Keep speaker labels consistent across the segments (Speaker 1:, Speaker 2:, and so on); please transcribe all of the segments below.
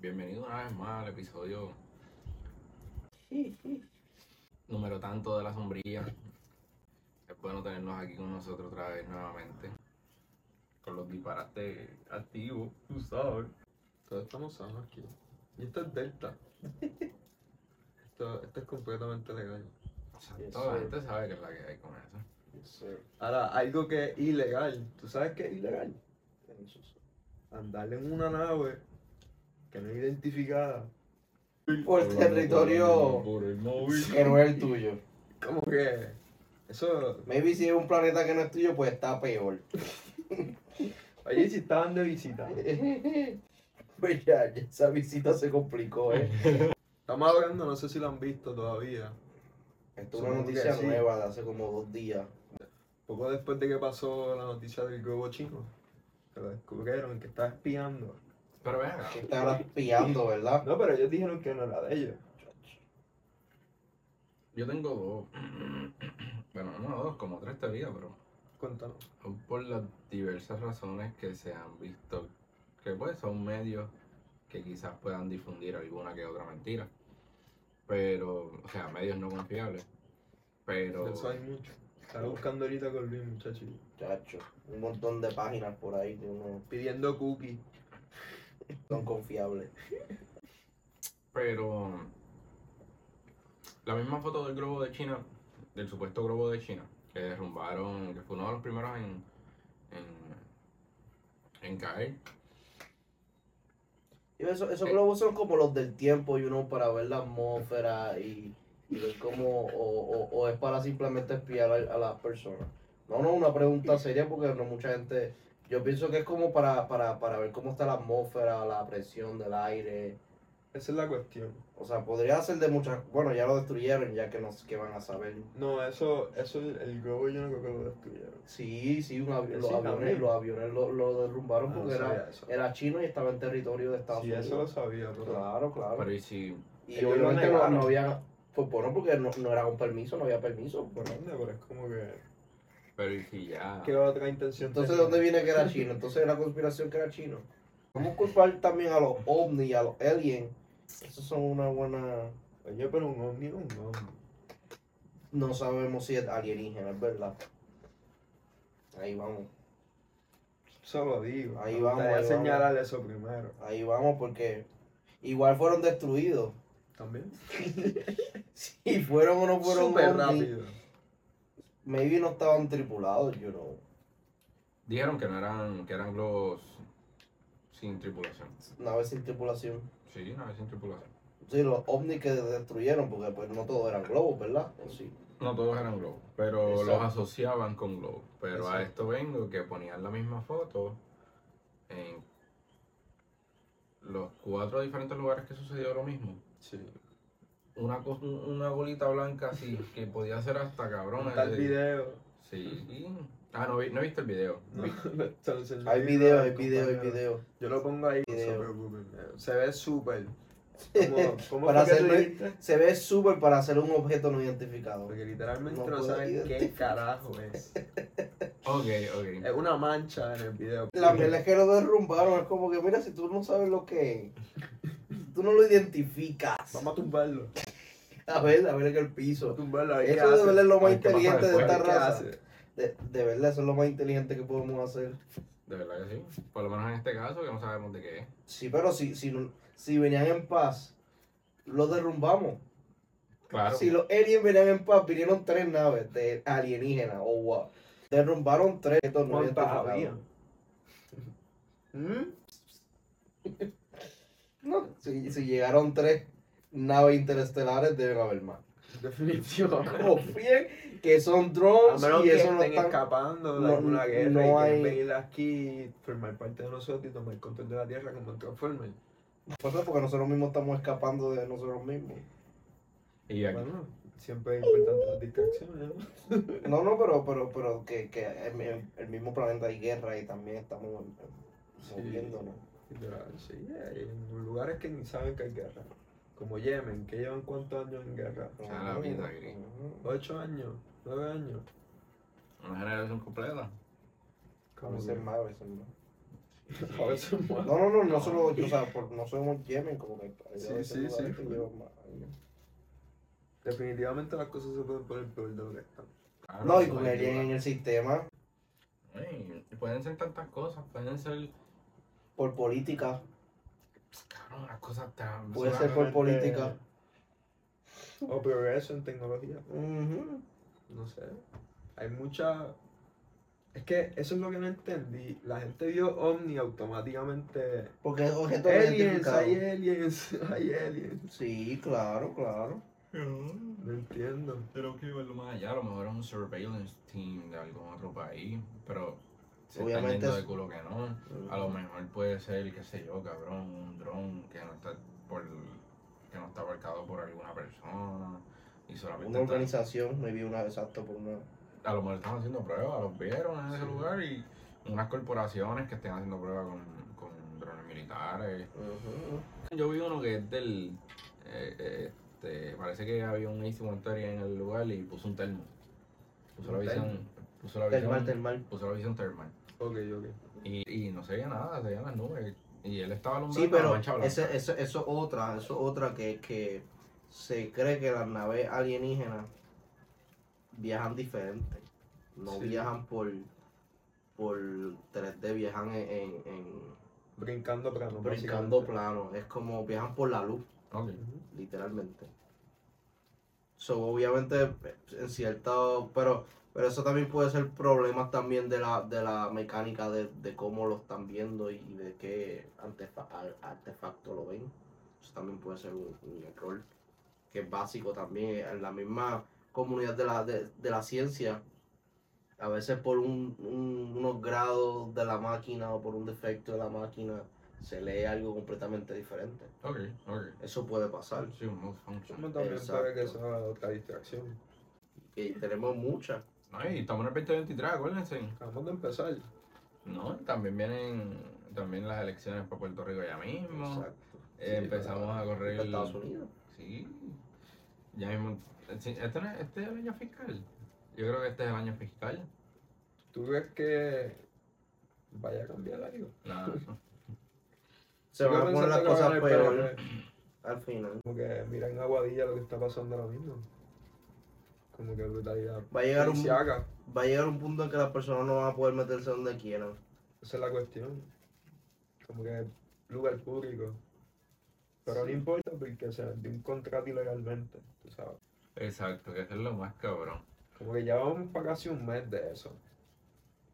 Speaker 1: bienvenido una vez más al episodio número tanto de la sombrilla. Es bueno tenernos aquí con nosotros otra vez nuevamente. Con los disparates activos, tú sabes.
Speaker 2: Todos estamos sanos aquí. Y esto es Delta. esto, esto es completamente legal.
Speaker 3: Yes,
Speaker 1: Toda la
Speaker 3: sir.
Speaker 1: gente sabe que es la que hay con eso.
Speaker 3: Yes, sir.
Speaker 2: Ahora, algo que es ilegal. ¿Tú sabes qué es ilegal?
Speaker 3: Eso sí.
Speaker 2: Andar en una nave que no es identificada.
Speaker 4: Por
Speaker 1: el
Speaker 4: territorio
Speaker 1: Por el móvil.
Speaker 4: que no es el tuyo.
Speaker 2: Como que. Eso.
Speaker 4: Maybe si es un planeta que no es tuyo, pues está peor.
Speaker 2: Allí si estaban de visita.
Speaker 4: Pues ya, ya esa visita se complicó, ¿eh?
Speaker 2: Estamos hablando, no sé si lo han visto todavía.
Speaker 4: Esto es una
Speaker 2: Supongo
Speaker 4: noticia
Speaker 2: que sí.
Speaker 4: nueva de hace como dos días.
Speaker 2: Poco después de que pasó la noticia del globo chino. Que lo descubrieron, que estaba espiando.
Speaker 1: Pero vean,
Speaker 4: Que está espiando, ¿verdad?
Speaker 2: No, pero ellos dijeron que no era de ellos.
Speaker 1: yo tengo dos. Bueno, no dos, como tres teorías, pero.
Speaker 2: Cuéntanos.
Speaker 1: son por las diversas razones que se han visto que pues son medios que quizás puedan difundir alguna que otra mentira pero o sea medios no confiables pero
Speaker 2: De eso hay mucho. Estaba buscando ahorita con Luis, muchachos.
Speaker 4: Chacho, un montón de páginas por ahí que no
Speaker 2: Pidiendo cookies.
Speaker 4: son confiables.
Speaker 1: pero la misma foto del globo de China del supuesto globo de China que derrumbaron que fue uno de los primeros en en, en caer
Speaker 4: Y eso-
Speaker 2: Eh.
Speaker 4: esos globos son como los del tiempo, y uno para ver la atmósfera y, y ver cómo, o, o- o es para simplemente espiar a, a las personas. No, no, una pregunta seria porque no mucha gente, yo pienso que es como para, para, para ver cómo está la atmósfera, la presión del aire.
Speaker 2: Esa es la cuestión.
Speaker 4: O sea, podría ser de muchas, bueno, ya lo destruyeron, ya que no sé qué van a saber.
Speaker 2: No, eso, eso el, el globo yo no creo que lo destruyeron.
Speaker 4: Sí, sí, un avi-
Speaker 2: Sí,
Speaker 4: los aviones,
Speaker 2: también.
Speaker 4: los aviones lo, lo derrumbaron
Speaker 2: Ah, no
Speaker 4: porque era,
Speaker 2: sabía eso.
Speaker 4: era chino y estaba en territorio de Estados
Speaker 2: Sí,
Speaker 4: Unidos.
Speaker 2: eso lo sabía, pero
Speaker 4: Claro, claro.
Speaker 1: pero y si
Speaker 4: Y
Speaker 2: Ellos lo
Speaker 4: obviamente no,
Speaker 2: negaron.
Speaker 4: no había, pues bueno, porque no, no era con permiso, no había permiso.
Speaker 2: por dónde, pero es como que.
Speaker 1: pero y si ya
Speaker 2: ¿Qué otra intención
Speaker 4: Entonces, ¿de
Speaker 2: tenía?
Speaker 4: dónde viene que era chino? Entonces, era conspiración que era chino. Vamos a culpar también a los ovnis y a los aliens. Esos son una buena...
Speaker 2: Oye, pero un ovni es un ovni.
Speaker 4: No sabemos si es alienígena, es verdad. Ahí vamos,
Speaker 2: Eso lo digo.
Speaker 4: Ahí
Speaker 2: Me
Speaker 4: vamos,
Speaker 2: gustaría
Speaker 4: ahí vamos.
Speaker 2: señalar eso primero.
Speaker 4: ahí vamos, porque igual fueron destruidos.
Speaker 2: También.
Speaker 4: Si fueron o no fueron
Speaker 2: Súper
Speaker 4: ovnis,
Speaker 2: rápido.
Speaker 4: maybe no estaban tripulados, you know.
Speaker 1: dijeron que no eran que eran globos sin tripulación
Speaker 4: Naves sin tripulación.
Speaker 1: Sí, una vez sin tripulación.
Speaker 4: Sí, los ovnis que destruyeron, porque pues no todos eran globos, ¿verdad? ¿O sí?
Speaker 1: No todos eran globos, pero los
Speaker 4: Exacto.
Speaker 1: asociaban con globos. Pero a
Speaker 2: Exacto.
Speaker 1: esto vengo que ponían la misma foto en los cuatro diferentes lugares que sucedió lo mismo.
Speaker 2: Sí.
Speaker 1: Una, cos- una bolita blanca así, que podía ser hasta cabrón.
Speaker 2: Está el
Speaker 1: ese-
Speaker 2: video.
Speaker 1: Sí. y- Ah, no, vi- no viste el video.
Speaker 2: No, se lo enseñé
Speaker 4: Hay
Speaker 2: a
Speaker 4: video, hay
Speaker 2: mis
Speaker 4: video, hay
Speaker 2: compañeros.
Speaker 4: video.
Speaker 2: Yo lo pongo ahí. No se
Speaker 4: Video.
Speaker 2: preocupen. eh, Se ve súper. ¿Cómo, cómo
Speaker 4: Para
Speaker 2: fue que tú
Speaker 4: hacerle-
Speaker 2: dijiste?
Speaker 4: Se ve súper para hacer un objeto no identificado.
Speaker 2: Porque literalmente
Speaker 4: No
Speaker 2: no,
Speaker 4: puedo
Speaker 2: saben qué
Speaker 4: identificar.
Speaker 2: carajo es.
Speaker 1: Ok,
Speaker 2: Es
Speaker 1: ok.
Speaker 2: una mancha en el video.
Speaker 4: La verdad es que lo derrumbaron, es como que mira, si tú no sabes lo que es, tú no lo identificas.
Speaker 2: Vamos a tumbarlo.
Speaker 4: A ver, a ver en el
Speaker 2: Vamos a
Speaker 4: piso.
Speaker 2: tumbarlo. a ver qué
Speaker 4: Eso de
Speaker 2: hace.
Speaker 4: verdad es lo más
Speaker 1: Ay, ¿qué pasa
Speaker 4: inteligente de
Speaker 1: después?
Speaker 4: esta
Speaker 2: ¿Qué
Speaker 4: raza.
Speaker 2: hace?
Speaker 4: De, de verdad, eso es lo más inteligente que podemos hacer.
Speaker 1: De verdad que sí. Por lo menos en este caso, que no sabemos de qué es.
Speaker 4: Sí, pero si, si, no- si venían en paz, lo derrumbamos.
Speaker 1: Claro.
Speaker 4: Si los aliens venían en paz, vinieron tres naves de alienígenas, oh wow. Derrumbaron tres. objetos no
Speaker 2: ¿Cuántas
Speaker 4: identificados.
Speaker 2: había? ¿Mm?
Speaker 4: No, si, si llegaron tres naves interestelares, deben haber más.
Speaker 2: Definitivamente.
Speaker 4: Confíen que son
Speaker 2: A
Speaker 4: drones
Speaker 2: menos
Speaker 4: y
Speaker 2: que
Speaker 4: eso no
Speaker 2: estén
Speaker 4: están...
Speaker 2: escapando de
Speaker 4: no-
Speaker 2: alguna guerra
Speaker 4: no
Speaker 2: y
Speaker 4: hay-
Speaker 2: quieren venir aquí, formar parte de nosotros y tomar control de la tierra como en Transformers.
Speaker 4: Pues no, porque nosotros mismos estamos escapando de nosotros mismos.
Speaker 1: Y aquí.
Speaker 2: Bueno, siempre es importante las distracciones, ¿no?
Speaker 4: No, no, pero, pero, pero que, que en en el mismo planeta hay guerra y también estamos
Speaker 2: Sí.
Speaker 4: moviéndonos.
Speaker 2: Literal, sí, hay lugares que ni saben que hay guerra. Como Yemen, que llevan cuántos años en guerra.
Speaker 1: sea, la vida, gris.
Speaker 4: Ujú.
Speaker 2: ¿Ocho años? ¿Nueve años?
Speaker 1: Una generación completa.
Speaker 4: Como ser más, a veces más.
Speaker 1: Sí.
Speaker 2: A veces más.
Speaker 4: No, no, no, no solo, o sea, por, no somos Yemen, como que hay
Speaker 2: Sí,
Speaker 4: veces
Speaker 2: sí,
Speaker 4: lugares
Speaker 2: sí,
Speaker 4: que
Speaker 2: full.
Speaker 4: llevan más años.
Speaker 2: Definitivamente las cosas se pueden poner peor de lo que están.
Speaker 1: Claro,
Speaker 4: No, y
Speaker 1: eso
Speaker 4: con
Speaker 1: Ah, ayuda.
Speaker 4: el yen en el sistema,
Speaker 1: Ey, y pueden ser tantas cosas, pueden ser,
Speaker 4: por política,
Speaker 1: cabrón, las cosas tan...
Speaker 4: puede ser
Speaker 3: Solamente-
Speaker 4: por política.
Speaker 2: O progreso en tecnología.
Speaker 4: Ujú.
Speaker 2: No sé. Hay mucha. Es que eso es lo que no entendí. La gente vio Omni automáticamente.
Speaker 4: Porque es objeto
Speaker 2: Aliens,
Speaker 4: identificado.
Speaker 2: hay aliens, hay aliens.
Speaker 4: Sí, claro, claro.
Speaker 2: No entiendo.
Speaker 1: Pero que verlo más allá, a lo mejor es un surveillance team de algún otro país, pero se
Speaker 4: Obviamente
Speaker 1: están yendo
Speaker 4: es-
Speaker 1: de culo que no. A lo mejor puede ser, qué sé yo, cabrón, un dron que no está por que no está abarcado por alguna persona y solamente
Speaker 4: Una
Speaker 1: está-
Speaker 4: organización, me vi una exacto por una.
Speaker 1: a lo mejor están haciendo pruebas, los vieron en ese
Speaker 2: Sí.
Speaker 1: lugar y unas corporaciones que estén haciendo pruebas con, con drones militares.
Speaker 4: Ujú.
Speaker 1: Yo vi uno que es del eh, eh, este, parece que había un A130 en el lugar y puso un termo. Puso la
Speaker 2: Un termo.
Speaker 1: visión, puso la
Speaker 4: Del
Speaker 1: visión,
Speaker 4: mal, del mal.
Speaker 1: puso la visión thermal.
Speaker 2: Ok, ok.
Speaker 1: Y, y no se veía nada, se veían las nubes. Y él estaba alumbrando
Speaker 4: Sí,
Speaker 1: la
Speaker 4: pero
Speaker 1: mancha blanca.
Speaker 4: ese, ese- eso es otra, eso es otra que, que se cree que las naves alienígenas viajan diferente. No
Speaker 2: Sí.
Speaker 4: viajan por, por 3D, viajan en, en- en-
Speaker 2: Brincando plano.
Speaker 4: brincando
Speaker 2: básicamente.
Speaker 4: plano. Es como viajan por la luz,
Speaker 1: Ok.
Speaker 2: Ujú.
Speaker 4: literalmente. So, obviamente, en cierto, pero, pero eso también puede ser problemas también de la, de la mecánica de, de cómo lo están viendo y, y de qué artefa- ar- artefacto lo ven. Eso también puede ser un, un error que es básico también en la misma comunidad de la, de, de la ciencia. A veces por un- un- unos grados de la máquina o por un defecto de la máquina se lee algo completamente diferente.
Speaker 1: Ok, ok.
Speaker 4: Eso puede pasar.
Speaker 1: Sí, un malfunction.
Speaker 2: Como también para que
Speaker 4: Exacto.
Speaker 2: sea otra distracción.
Speaker 4: Y tenemos muchas.
Speaker 1: No, y estamos en el 2023, acuérdense.
Speaker 2: Acabamos de empezar.
Speaker 1: No, también vienen también las elecciones para Puerto Rico ya mismo.
Speaker 4: Exacto.
Speaker 1: Eh, empezamos
Speaker 4: para-
Speaker 1: a correr
Speaker 4: para
Speaker 1: el-
Speaker 4: Estados Unidos.
Speaker 1: Sí. Ya mismo. sí, Este, no es- este es el año fiscal. Yo creo que este es el año fiscal.
Speaker 2: ¿Tú crees que vaya a cambiar algo?
Speaker 1: Nada.
Speaker 4: Se van a
Speaker 2: Yo
Speaker 4: poner las
Speaker 2: pensando que va a
Speaker 4: cosas
Speaker 2: ganar el eh.
Speaker 4: peor
Speaker 2: PNP.
Speaker 4: al final.
Speaker 2: Como que mira en Aguadilla lo que está pasando ahora mismo. Como que brutalidad.
Speaker 4: Va a llegar un, va
Speaker 2: Policiaca,
Speaker 4: a llegar un punto en que las personas no van a poder meterse donde quieran.
Speaker 2: esa es la cuestión. Como que lugar público. Pero no importa porque se vendió un contrato ilegalmente, tú sabes.
Speaker 1: Exacto, que eso es lo más cabrón.
Speaker 2: Como que ya vamos para casi un mes de eso.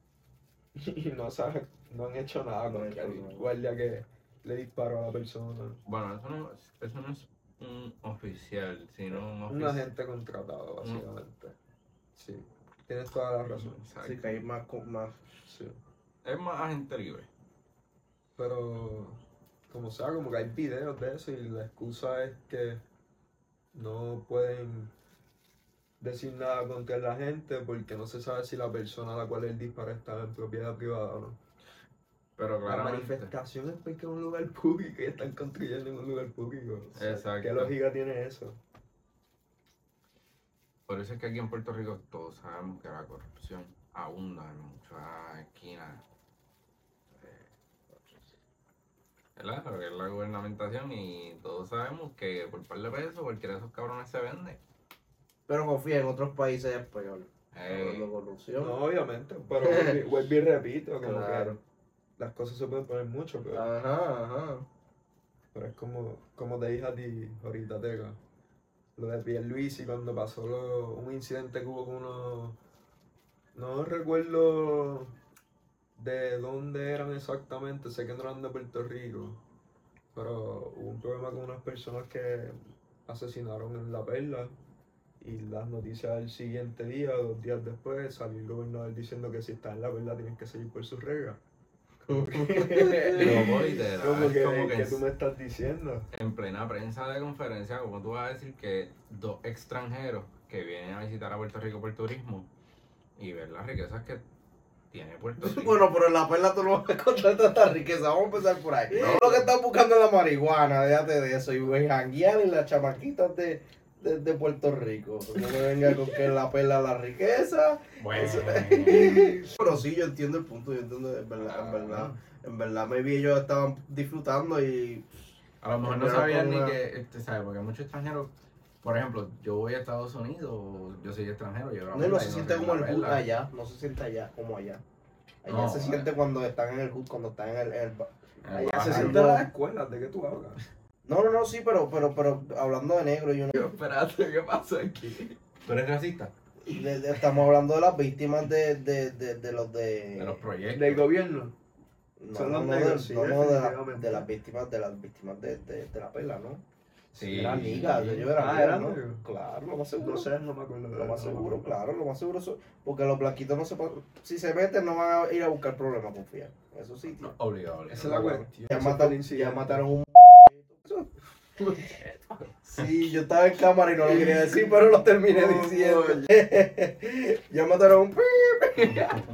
Speaker 2: Y no, sabe- no han hecho nada
Speaker 4: No
Speaker 2: con
Speaker 4: han hecho
Speaker 2: aquel
Speaker 4: nada.
Speaker 2: guardia que le disparó a la persona.
Speaker 1: Bueno, eso no, eso no es un oficial, sino un
Speaker 2: Un
Speaker 1: oficial.
Speaker 2: agente contratado, básicamente.
Speaker 4: Mm.
Speaker 2: Sí, tienes toda la razón.
Speaker 4: Así que hay más, co- más.
Speaker 2: Sí.
Speaker 1: Es más agente libre.
Speaker 2: Pero, como sea, como que hay videos de eso y la excusa es que no pueden decir nada contra la gente porque no se sabe si la persona a la cual él dispara está en propiedad privada o no.
Speaker 1: Pero
Speaker 2: La
Speaker 1: claramente.
Speaker 2: manifestación es porque es un lugar público y están construyendo en un lugar público. O sea,
Speaker 1: Exacto.
Speaker 2: ¿Qué lógica tiene eso?
Speaker 1: Por eso es que aquí en Puerto Rico todos sabemos que la corrupción abunda en muchas esquinas. Ah, Eh, ¿Verdad? Lo que es la gubernamentación y todos sabemos que por par de pesos cualquiera de esos cabrones se vende.
Speaker 4: Pero confía, en otros países es peor.
Speaker 1: Eh,
Speaker 4: Hablando de corrupción.
Speaker 2: No, obviamente, pero vuelvo y- vuelvo y repito, como
Speaker 4: Claro.
Speaker 2: que las cosas se pueden poner mucho, pero,
Speaker 4: Ajá, ajá.
Speaker 2: pero es como, como te dije a ti ahorita, Teca. Lo de Pierluisi cuando pasó lo- un incidente que hubo con unos... No recuerdo de dónde eran exactamente, sé que no eran de Puerto Rico, pero hubo un problema con unas personas que asesinaron en La Perla y las noticias del siguiente día, dos días después, salió el gobernador diciendo que si estás en La Perla tienes que seguir por sus reglas. Como que,
Speaker 1: Loco, literal,
Speaker 2: como que,
Speaker 1: como que
Speaker 2: ¿qué
Speaker 1: es-
Speaker 2: tú me estás diciendo?
Speaker 1: en plena prensa de conferencia, como tú vas a decir que dos extranjeros que vienen a visitar a Puerto Rico por turismo y ver las riquezas que tiene Puerto Rico?
Speaker 4: Bueno, pero en la perla tú no vas a encontrar tanta riqueza. Vamos a empezar por ahí. Lo que están buscando es la marihuana, déjate de eso. Y güey, janguear en las chamaquitas de, de, de Puerto Rico. No me venga con que en la perla la riqueza.
Speaker 1: Bueno.
Speaker 4: Pero sí, yo entiendo el punto, yo entiendo, en verdad, en verdad. en verdad, maybe ellos estaban disfrutando y
Speaker 1: A lo mejor no
Speaker 4: Pero
Speaker 1: sabían
Speaker 4: con
Speaker 1: ni
Speaker 4: la-
Speaker 1: que, este, ¿sabes? Porque muchos extranjeros, por ejemplo, yo voy a Estados Unidos, yo soy extranjero, yo
Speaker 4: no,
Speaker 1: grabo
Speaker 4: y no
Speaker 1: online,
Speaker 4: se
Speaker 1: sé
Speaker 4: siente
Speaker 1: cómo
Speaker 4: como el hood
Speaker 1: verla.
Speaker 4: allá, no se siente allá como allá. Allá
Speaker 1: No,
Speaker 4: se
Speaker 1: vale.
Speaker 4: siente cuando están en el hood, cuando están en el, en el ba-
Speaker 1: En
Speaker 4: Allá
Speaker 1: Oaxaca.
Speaker 2: Se siente en las escuelas, ¿de qué tú hablas?
Speaker 4: No, no, no, sí, pero, pero, pero hablando de negro, yo no-
Speaker 1: Yo, espérate, ¿qué pasó aquí? ¿Tú eres racista?
Speaker 4: de- de- estamos hablando de las víctimas de, de, de, de los de...
Speaker 1: De los proyectos.
Speaker 2: Del gobierno.
Speaker 4: no,
Speaker 2: son
Speaker 4: no,
Speaker 2: los
Speaker 4: no, de-
Speaker 2: negros, sí,
Speaker 4: no, no, de, la-
Speaker 2: definitivamente.
Speaker 4: de las víctimas, de las víctimas de, de, de la perla, ¿no?
Speaker 1: Sí.
Speaker 4: Era amiga, yo era
Speaker 2: Ah,
Speaker 4: amiga,
Speaker 2: ¿era
Speaker 4: ¿no?
Speaker 2: negro?
Speaker 4: Claro, lo más seguro.
Speaker 2: No sé, no me acuerdo. de
Speaker 4: Lo más
Speaker 2: no me
Speaker 4: seguro,
Speaker 2: acuerdo.
Speaker 4: claro, lo más seguro es porque los blanquitos no se pa- si se meten no van a ir a buscar problemas, confía. Eso sí, tío.
Speaker 1: No, obligado, obligado.
Speaker 2: Esa es la cuestión.
Speaker 4: Ya,
Speaker 2: ese fue
Speaker 4: mata-
Speaker 2: el
Speaker 4: ya
Speaker 2: incidente.
Speaker 4: mataron un Sí, yo estaba en cámara y no lo quería decir, pero lo terminé
Speaker 2: Oh,
Speaker 4: diciendo. ya mataron un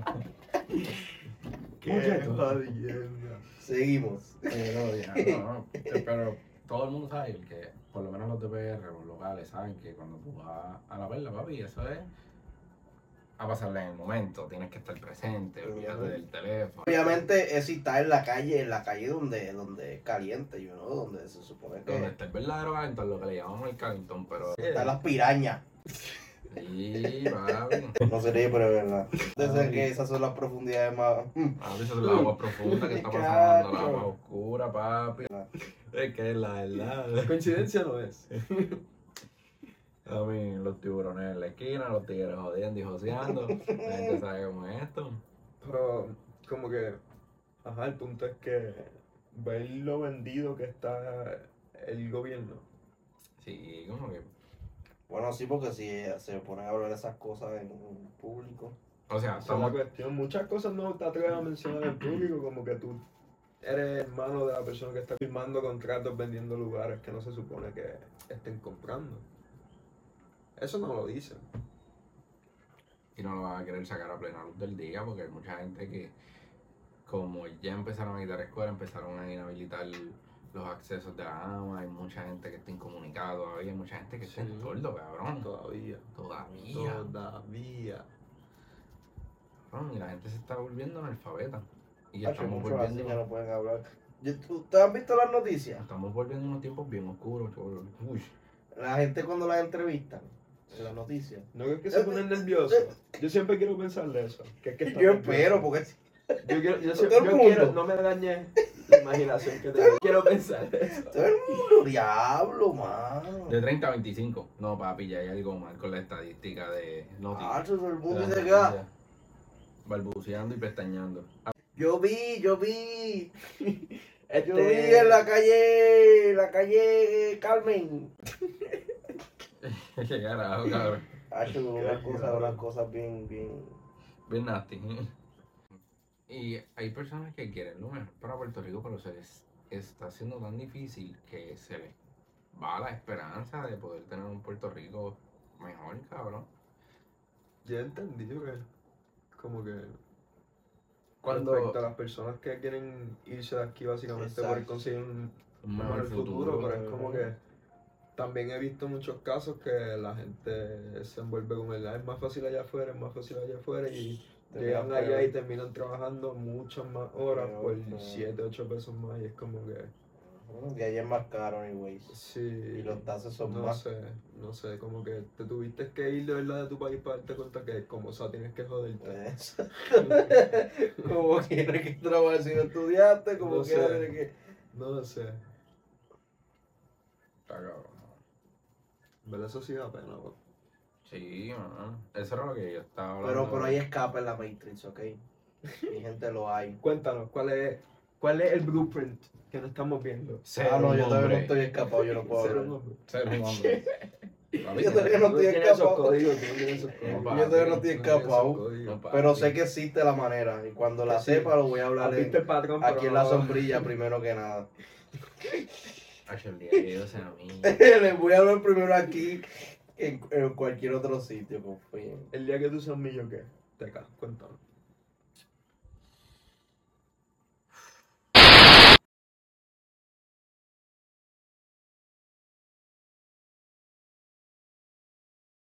Speaker 2: Qué
Speaker 1: Muchacho.
Speaker 2: jodienda.
Speaker 4: Seguimos.
Speaker 1: Pero, ya, no, no, pero todo el mundo sabe que, por lo menos los de PR, los locales, saben que cuando tú vas a la perla, papi, eso es a pasarla en el momento. Tienes que estar presente, olvídate del teléfono.
Speaker 4: Obviamente, es si está en la calle, en la calle donde, donde es caliente, yo no, donde se supone que
Speaker 1: Donde está el verdadero calentón, lo que le llamamos el calentón, pero.
Speaker 4: están las pirañas.
Speaker 1: Sí, papi.
Speaker 4: No se ríe, pero es verdad. Entonces, que esas son las profundidades más. Mm,
Speaker 1: Papi, esa es la agua profunda que está pasando, la agua oscura, papi. Es que es la verdad.
Speaker 2: Coincidencia no es.
Speaker 1: A mí, los tiburones en la esquina, los tigres jodiendo y joseando. La gente sabe cómo es esto.
Speaker 2: Pero como que, ajá, el punto es que ver lo vendido que está el gobierno.
Speaker 1: Sí, como que.
Speaker 4: Bueno, sí, porque si eh, se ponen a hablar esas cosas en público.
Speaker 1: O sea,
Speaker 2: Esa es la
Speaker 1: estamos.
Speaker 2: cuestión. Muchas cosas no te atreves a mencionar al público, como que tú eres hermano de la persona que está firmando contratos, vendiendo lugares que no se supone que estén comprando. Eso no lo dicen.
Speaker 1: Y no lo van a querer sacar a plena luz del día porque hay mucha gente que, como ya empezaron a quitar escuela, empezaron a inhabilitar los accesos de la AMA. Hay mucha gente que está incomunicada todavía. Hay mucha gente que está en
Speaker 2: Sí.
Speaker 1: gordo, cabrón.
Speaker 2: Todavía.
Speaker 1: Todavía.
Speaker 2: Todavía.
Speaker 1: cabrón, Y la gente se está volviendo analfabeta. Y
Speaker 4: Hacho,
Speaker 1: estamos
Speaker 4: mucho así que
Speaker 1: volviendo.
Speaker 4: no pueden hablar. Yo- ¿tú- ¿Ustedes han visto las noticias?
Speaker 1: Estamos volviendo unos tiempos bien oscuros. cabrón. Uy.
Speaker 4: La gente cuando las entrevistan, en las noticias.
Speaker 2: No es que se ponen nerviosos. Yo siempre quiero pensar de eso. Que es que están
Speaker 4: Yo espero,
Speaker 2: nerviosos.
Speaker 4: porque
Speaker 2: Yo quiero, yo,
Speaker 4: Todo
Speaker 2: siempre-
Speaker 4: el
Speaker 2: yo
Speaker 4: mundo.
Speaker 2: quiero, no me dañes la imaginación que tengo. quiero pensar eso.
Speaker 4: todo el mundo, diablo, mano.
Speaker 1: De 30 a 25. No, papi, ya hay algo mal con la estadística de. No, tío.
Speaker 4: Hacho, todo el mundo
Speaker 1: De
Speaker 4: dice
Speaker 1: las
Speaker 4: que, ah,
Speaker 1: noticias. Balbuceando y pestañando.
Speaker 4: Yo vi, yo vi,
Speaker 2: Este,
Speaker 4: yo vi en la calle, la calle Carmen.
Speaker 1: Qué carajo, cabrón.
Speaker 4: Hacho, unas
Speaker 2: Qué
Speaker 4: cosas,
Speaker 2: diablo.
Speaker 4: unas cosas bien, bien.
Speaker 1: Bien nasty. Y hay personas que quieren lo mejor para Puerto Rico, pero se les está haciendo tan difícil que se les va la esperanza de poder tener un Puerto Rico mejor, cabrón.
Speaker 2: Yo entendí, yo que como que
Speaker 1: Cuando
Speaker 2: respecto a las personas que quieren irse de aquí básicamente por
Speaker 4: Exacto.
Speaker 2: conseguir un
Speaker 1: un
Speaker 2: mejor futuro, eh, pero es
Speaker 4: ¿verdad?
Speaker 2: como que también he visto muchos casos que la gente se envuelve con el "Ah, es más fácil allá afuera, es más fácil allá afuera y
Speaker 4: Te
Speaker 2: llegan
Speaker 4: quedas
Speaker 2: allá y
Speaker 4: peor.
Speaker 2: terminan trabajando muchas más horas
Speaker 4: Peor,
Speaker 2: por
Speaker 4: peor.
Speaker 2: 7, 8 pesos más y es como que
Speaker 4: Bueno, Y ayer más caro, anyways.
Speaker 2: sí.
Speaker 4: Y los tases son
Speaker 2: No
Speaker 4: más.
Speaker 2: sé, no sé, como que te tuviste que ir de verdad de tu país para darte cuenta que como, o sea, tienes que joderte.
Speaker 4: como quieres que trabajes si no estudiaste, como
Speaker 2: No sé.
Speaker 4: quieres que.
Speaker 2: No sé,
Speaker 1: Está cabrón.
Speaker 2: en verdad eso sí da pena, bro.
Speaker 1: Sí, mano. Eso era lo que yo estaba hablando.
Speaker 4: Pero, pero hay escape en la Matrix, ¿ok? Mi gente lo hay.
Speaker 2: Cuéntanos, ¿cuál es, ¿cuál es el blueprint que no estamos viendo?
Speaker 1: Ser
Speaker 4: ah, no,
Speaker 1: un
Speaker 4: yo todavía no
Speaker 1: hombre.
Speaker 4: estoy escapado, yo no puedo
Speaker 2: Ser un
Speaker 4: hablar.
Speaker 2: hombre.
Speaker 1: Ser un hombre. Papi,
Speaker 4: Yo todavía
Speaker 1: ser-
Speaker 4: no
Speaker 2: Tú
Speaker 4: estoy
Speaker 2: tienes esos
Speaker 4: escapado. Eh,
Speaker 2: códigos, tú no tienes esos
Speaker 1: No,
Speaker 2: códigos.
Speaker 1: papi,
Speaker 4: Yo todavía no
Speaker 2: Tú
Speaker 4: estoy
Speaker 2: tienes esos
Speaker 4: escapado.
Speaker 2: códigos.
Speaker 1: no, papi.
Speaker 4: Pero sé que existe la manera, y cuando la
Speaker 2: Sí.
Speaker 4: sepa lo voy a hablar
Speaker 2: Has visto
Speaker 4: en-
Speaker 2: el patrón,
Speaker 4: aquí
Speaker 2: pero
Speaker 4: en la
Speaker 2: no-
Speaker 4: sombrilla primero que nada.
Speaker 1: Ay, el día que yo sea mío.
Speaker 4: Les voy a hablar primero aquí que en, en cualquier otro sitio, confíen.
Speaker 2: El día que tú seas mío, ¿qué? Te cago.